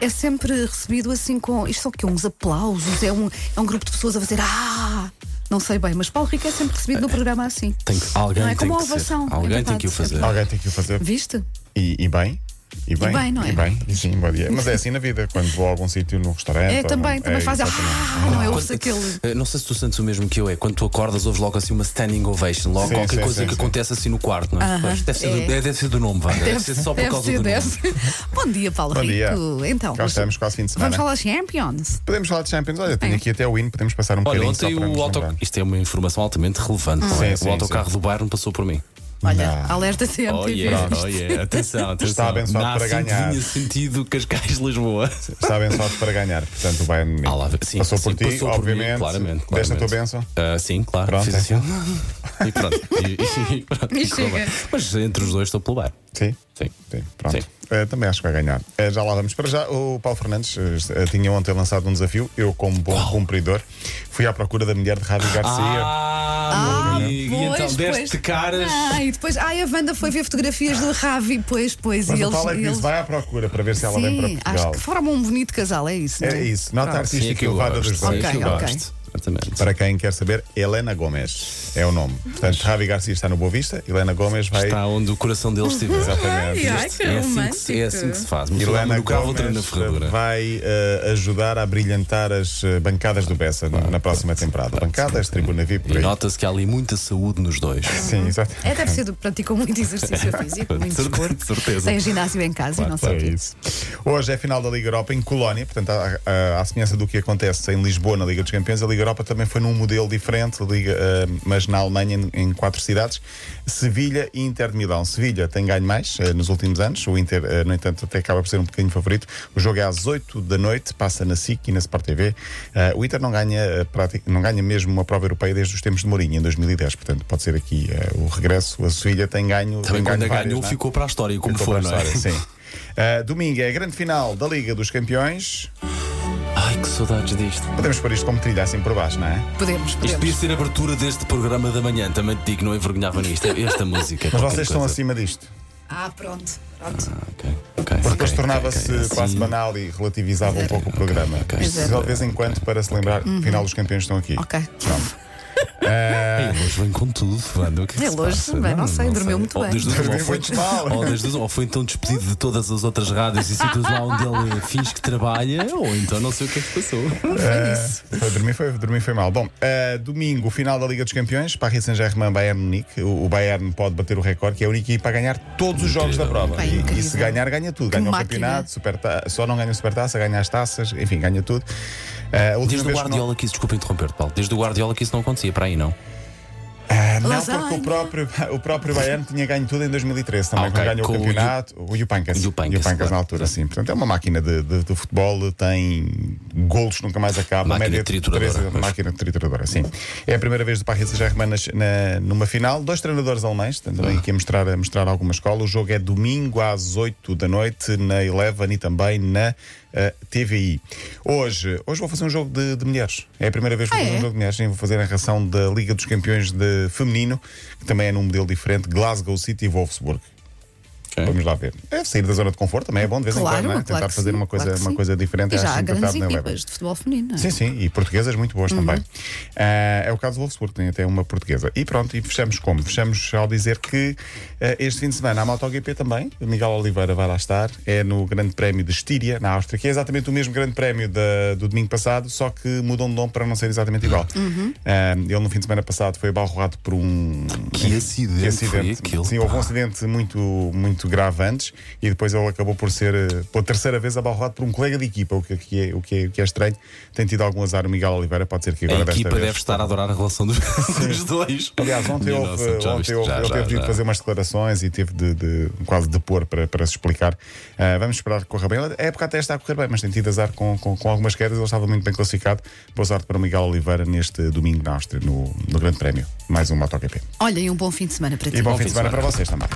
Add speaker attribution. Speaker 1: é sempre recebido assim com. Isto são que uns aplausos, é um, é um grupo de pessoas a fazer ah! Não sei bem, mas Paulo Rico é sempre recebido no programa assim.
Speaker 2: Tem que, alguém
Speaker 1: Não é
Speaker 2: tem
Speaker 1: como
Speaker 2: que
Speaker 1: a
Speaker 2: ser.
Speaker 1: ovação, é
Speaker 2: Alguém tem
Speaker 1: capaz
Speaker 2: que o
Speaker 1: de ser.
Speaker 2: fazer.
Speaker 3: Alguém tem que o fazer.
Speaker 1: Viste?
Speaker 3: E, e bem. E bem,
Speaker 1: bem, não é?
Speaker 3: E bem, e sim, bom dia. Mas é assim na vida, quando vou a algum sítio, num restaurante.
Speaker 1: É,
Speaker 2: Então,
Speaker 3: ou
Speaker 1: também,
Speaker 3: num-
Speaker 1: também
Speaker 3: é,
Speaker 1: faz ah!
Speaker 3: exatamente.
Speaker 1: Não é?
Speaker 2: Quando-
Speaker 1: Ouve-se aquele.
Speaker 2: Eh, Não sei se tu sentes o mesmo que eu, é quando tu acordas, ouves logo assim uma standing ovation, logo
Speaker 3: Sim,
Speaker 2: qualquer
Speaker 3: sim,
Speaker 2: coisa
Speaker 3: sim,
Speaker 2: que
Speaker 3: sim.
Speaker 2: acontece assim no quarto, não é?
Speaker 1: Aham,
Speaker 2: Pois, deve, ser do,
Speaker 1: é.
Speaker 2: deve- deve ser do nome, Wanda. Deve, ser só por
Speaker 1: deve
Speaker 2: causa
Speaker 1: ser,
Speaker 2: do nome.
Speaker 1: deve ser. Bom dia, Paulo
Speaker 3: Bom
Speaker 1: Rico.
Speaker 3: dia.
Speaker 1: Então,
Speaker 3: Cá estamos, quase fim de semana.
Speaker 1: vamos falar assim, Champions.
Speaker 3: Podemos falar de Champions. Olha, tenho
Speaker 1: É.
Speaker 3: aqui até o hino, podemos passar um
Speaker 2: Olha,
Speaker 3: bocadinho
Speaker 2: ontem
Speaker 3: só para nos
Speaker 2: o autocarro.
Speaker 3: lembrar.
Speaker 2: Isto é uma informação altamente relevante, não é?
Speaker 3: Sim, sim,
Speaker 2: o autocarro do Bayern passou por mim.
Speaker 1: Olha,
Speaker 3: Não.
Speaker 1: alerta CMTV.
Speaker 2: Oh yeah, oh yeah. Atenção, atenção.
Speaker 3: Está abençoado
Speaker 2: Na
Speaker 3: para
Speaker 2: Assunto
Speaker 3: ganhar.
Speaker 2: Vinha sentido Cascais-Lisboa.
Speaker 3: Está abençoado para ganhar. Portanto, o Bayern de Munique
Speaker 2: Ah, lá, sim,
Speaker 3: passou
Speaker 2: sim,
Speaker 3: por ti,
Speaker 2: passou por mim,
Speaker 3: obviamente.
Speaker 2: claramente,
Speaker 3: Deste a tua
Speaker 2: claramente.
Speaker 3: bênção.
Speaker 2: Ah, sim, claro.
Speaker 3: Pronto,
Speaker 2: Fiz
Speaker 3: é.
Speaker 2: assim. e pronto. E, e- e pronto,
Speaker 1: E
Speaker 2: correu bem.
Speaker 1: chega.
Speaker 2: Mas entre os dois estou pelo Bayern.
Speaker 3: Sim.
Speaker 2: Sim.
Speaker 3: Sim, pronto.
Speaker 2: Sim.
Speaker 3: Eh, também acho que vai ganhar. Eh, já lá vamos. Para já, o Paulo Fernandes eh, tinha ontem lançado um desafio. Eu, como bom cumpridor, fui à procura da mulher de Rádio Garcia.
Speaker 2: Ah, meu amigo, e então deste caras.
Speaker 1: Ah, e depois, ai, a Wanda foi ver fotografias do Ravi, pois, pois,
Speaker 3: Mas
Speaker 1: e
Speaker 3: o
Speaker 1: eles.
Speaker 3: Paulo é que
Speaker 1: eles...
Speaker 3: disse: vai à procura para ver se ela vem para
Speaker 1: Sim, acho
Speaker 3: Portugal.
Speaker 1: que formam um bonito casal, é isso. não
Speaker 3: É
Speaker 1: é?
Speaker 3: isso. Nota
Speaker 2: Sim, é
Speaker 3: artística
Speaker 2: que eu
Speaker 3: elevada
Speaker 2: gosto,
Speaker 3: dos
Speaker 2: sim, é
Speaker 3: dois.
Speaker 2: que eu
Speaker 1: Ok, ok.
Speaker 2: gosto. Exatamente.
Speaker 3: Para quem quer saber, Helena Gomes é o nome. Portanto, Ravi Garcia está no Boa Vista, Helena Gomes vai.
Speaker 2: Está onde o coração deles estiver.
Speaker 3: Exatamente.
Speaker 1: Ai, ai, que
Speaker 2: É assim, que se, é assim que se faz. Uma pessoa dá-me no carro, outra na ferradura.
Speaker 3: vai eh, ajudar a brilhantar as eh, bancadas do Bessa na- na próxima temporada. Bancadas, tribuna VIP. por
Speaker 2: E
Speaker 3: aí.
Speaker 2: nota-se que há ali muita saúde nos dois.
Speaker 3: Sim, exato.
Speaker 1: É, deve ser do que praticam muito exercício físico, muito
Speaker 2: Cer-
Speaker 1: desporto.
Speaker 2: certeza.
Speaker 1: Tem ginásio em casa e não sei
Speaker 3: É
Speaker 1: o quê.
Speaker 3: isso. Hoje é final da Liga Europa em Colónia, portanto, à, à- à semelhança do que acontece em Lisboa na Liga dos Campeões, a Liga Europa também foi num modelo diferente, Liga, eh, mas na Alemanha em, em quatro cidades: Sevilha e Inter de Milão. Sevilha tem ganho mais eh, nos últimos anos, o Inter, eh, no entanto, até acaba por ser um bocadinho favorito. O jogo é às 8 da noite, passa na SIC e na Sport TV. Eh, o Inter não ganha, eh, pratic- não ganha mesmo uma prova europeia desde os tempos de Mourinho, em 2010, portanto, pode ser aqui eh, o regresso. A Sevilha tem ganho.
Speaker 2: Também
Speaker 3: tem
Speaker 2: quando
Speaker 3: ganho várias,
Speaker 2: ganhou
Speaker 3: não é?
Speaker 2: ficou para a história, como
Speaker 3: Ficou
Speaker 2: foi,
Speaker 3: para
Speaker 2: não é?
Speaker 3: a história, Sim. Uh, domingo é a grande final da Liga dos Campeões.
Speaker 2: Ai, que saudades disto.
Speaker 3: Podemos pôr isto como trilha assim por baixo, não é?
Speaker 1: Podemos,
Speaker 2: Isto
Speaker 1: podemos.
Speaker 2: podia ser a abertura deste programa da manhã, também te digo, não envergonhava nisto. Esta música. é
Speaker 3: Mas
Speaker 2: qualquer
Speaker 3: vocês estão
Speaker 2: coisa.
Speaker 3: acima disto.
Speaker 1: Ah, pronto, pronto.
Speaker 2: Ok, ok,
Speaker 3: Porque depois
Speaker 2: ok,
Speaker 3: tornava-se
Speaker 2: ok, ok.
Speaker 3: quase
Speaker 2: Assim,
Speaker 3: banal e relativizava um pouco o programa.
Speaker 2: ok.
Speaker 3: Isto
Speaker 1: Exato. Uhum.
Speaker 3: só de vez em quando para se lembrar, final dos campeões estão aqui.
Speaker 2: É,
Speaker 1: Ok.
Speaker 3: Pronto.
Speaker 2: Ei, hoje vem com tudo, Wanda. O que é que
Speaker 1: Ele
Speaker 2: se
Speaker 1: hoje
Speaker 2: passa?
Speaker 1: também, não sei, dormiu muito
Speaker 2: Ou
Speaker 1: bem.
Speaker 2: das duas, ou
Speaker 3: Dormiu
Speaker 2: foi-
Speaker 3: muito mal.
Speaker 2: ou das duas, ou foi então despedido de todas as outras rádios e sítios lá onde ele finge que trabalha, ou então não sei o que é que passou.
Speaker 1: Foi isso.
Speaker 3: Foi, dormir, foi, dormir foi mal. Bom, uh, domingo, final da Liga dos Campeões, Paris Saint-Germain, Bayern Munique. O, o Bayern pode bater o recorde, que é a única equipa a ganhar todos os jogos da prova.
Speaker 1: Pá,
Speaker 3: E- e,
Speaker 1: incrível.
Speaker 3: se ganhar, ganha tudo. Ganha o
Speaker 1: máquina.
Speaker 3: campeonato, superta- só não ganha o supertaça, ganha as taças, enfim, ganha tudo. Uh, a
Speaker 2: Desde o
Speaker 3: última vez que não-
Speaker 2: Guardiola que isso, desculpa interromper-te, Paulo, desde o Guardiola que isso não acontecia, para aí não.
Speaker 3: Ah, não,
Speaker 1: Lasanha.
Speaker 3: porque o próprio, o próprio Bayern tinha ganho tudo em 2013 também,
Speaker 2: Ah, ok.
Speaker 3: quando ganhou
Speaker 2: Com
Speaker 3: o
Speaker 2: o
Speaker 3: campeonato. O Yupankas.
Speaker 2: o Yupankas,
Speaker 3: na
Speaker 2: claro.
Speaker 3: altura, sim. Portanto, é uma máquina de, de- do futebol, tem golos que nunca mais acaba.
Speaker 2: Máquina
Speaker 3: média de
Speaker 2: trituradora,
Speaker 3: 13,
Speaker 2: pois.
Speaker 3: Máquina trituradora, sim. É a primeira vez do Paris Saint-Germain nas- na- numa final. Dois treinadores alemães, portanto, também aqui a mostrar, a mostrar alguma escola. O jogo é domingo às 8 da noite na Eleven e também na ah, TVI. Hoje, hoje vou fazer um jogo de, de mulheres. É a primeira vez que vou
Speaker 1: Ah,
Speaker 3: fazer um
Speaker 1: é?
Speaker 3: jogo de mulheres. Sim, Vou fazer a narração da Liga dos Campeões de Feminino, que também é num modelo diferente, Glasgow City e Wolfsburg. Vamos lá ver. É sair da zona de conforto, também é bom de vez em
Speaker 1: Claro,
Speaker 3: quando, não é?
Speaker 1: claro
Speaker 3: tentar
Speaker 1: que
Speaker 3: fazer
Speaker 1: sim,
Speaker 3: uma, coisa,
Speaker 1: claro que
Speaker 3: uma
Speaker 1: sim.
Speaker 3: coisa diferente. é assim
Speaker 1: E
Speaker 3: acho
Speaker 1: já há grandes
Speaker 3: engraçado na Eleven.
Speaker 1: equipas de futebol feminino, não é?
Speaker 3: Sim, sim, e portuguesas muito boas também. Ah, é o caso do Wolfsburg, tem até uma portuguesa. E pronto, e fechamos como? Fechamos ao dizer que ah, este fim de semana há MotoGP também. O Miguel Oliveira vai lá estar. É no Grande Prémio de Estíria, na Áustria, que é exatamente o mesmo Grande Prémio da- do domingo passado, só que mudam de nome para não ser exatamente igual. Ah, ele, no fim de semana passado, foi abalroado por um.
Speaker 2: Que acidente
Speaker 3: Que
Speaker 2: foi
Speaker 3: acidente.
Speaker 2: aquele,
Speaker 3: Sim, houve
Speaker 2: pá.
Speaker 3: um acidente muito, muito grave antes e depois ele acabou por ser, eh, pela terceira vez, abalroado por um colega de equipa, o que, que é, o, que é, o que é estranho. Tem tido algum azar o Miguel Oliveira, pode ser que
Speaker 2: A
Speaker 3: agora desta
Speaker 2: equipa
Speaker 3: vez.
Speaker 2: deve estar a adorar a relação dos, dos dois.
Speaker 3: Aliás, ontem,
Speaker 2: Minha
Speaker 3: houve,
Speaker 2: nossa, já
Speaker 3: ontem
Speaker 2: viste?
Speaker 3: houve-
Speaker 2: Já,
Speaker 3: ele
Speaker 2: já,
Speaker 3: teve de
Speaker 2: já.
Speaker 3: fazer umas declarações e teve de, de quase depor para, para se explicar. Ah, vamos esperar que corra bem. Ele- A época até está a correr bem, mas tem tido azar com, com, com algumas quedas. Ele estava muito bem classificado. Boa sorte para o Miguel Oliveira neste domingo na Áustria, no, no Grande Prémio. Mais um MotoGP.
Speaker 1: Olha, e um bom fim de semana para ti.
Speaker 3: E bom, fim de semana para vocês também.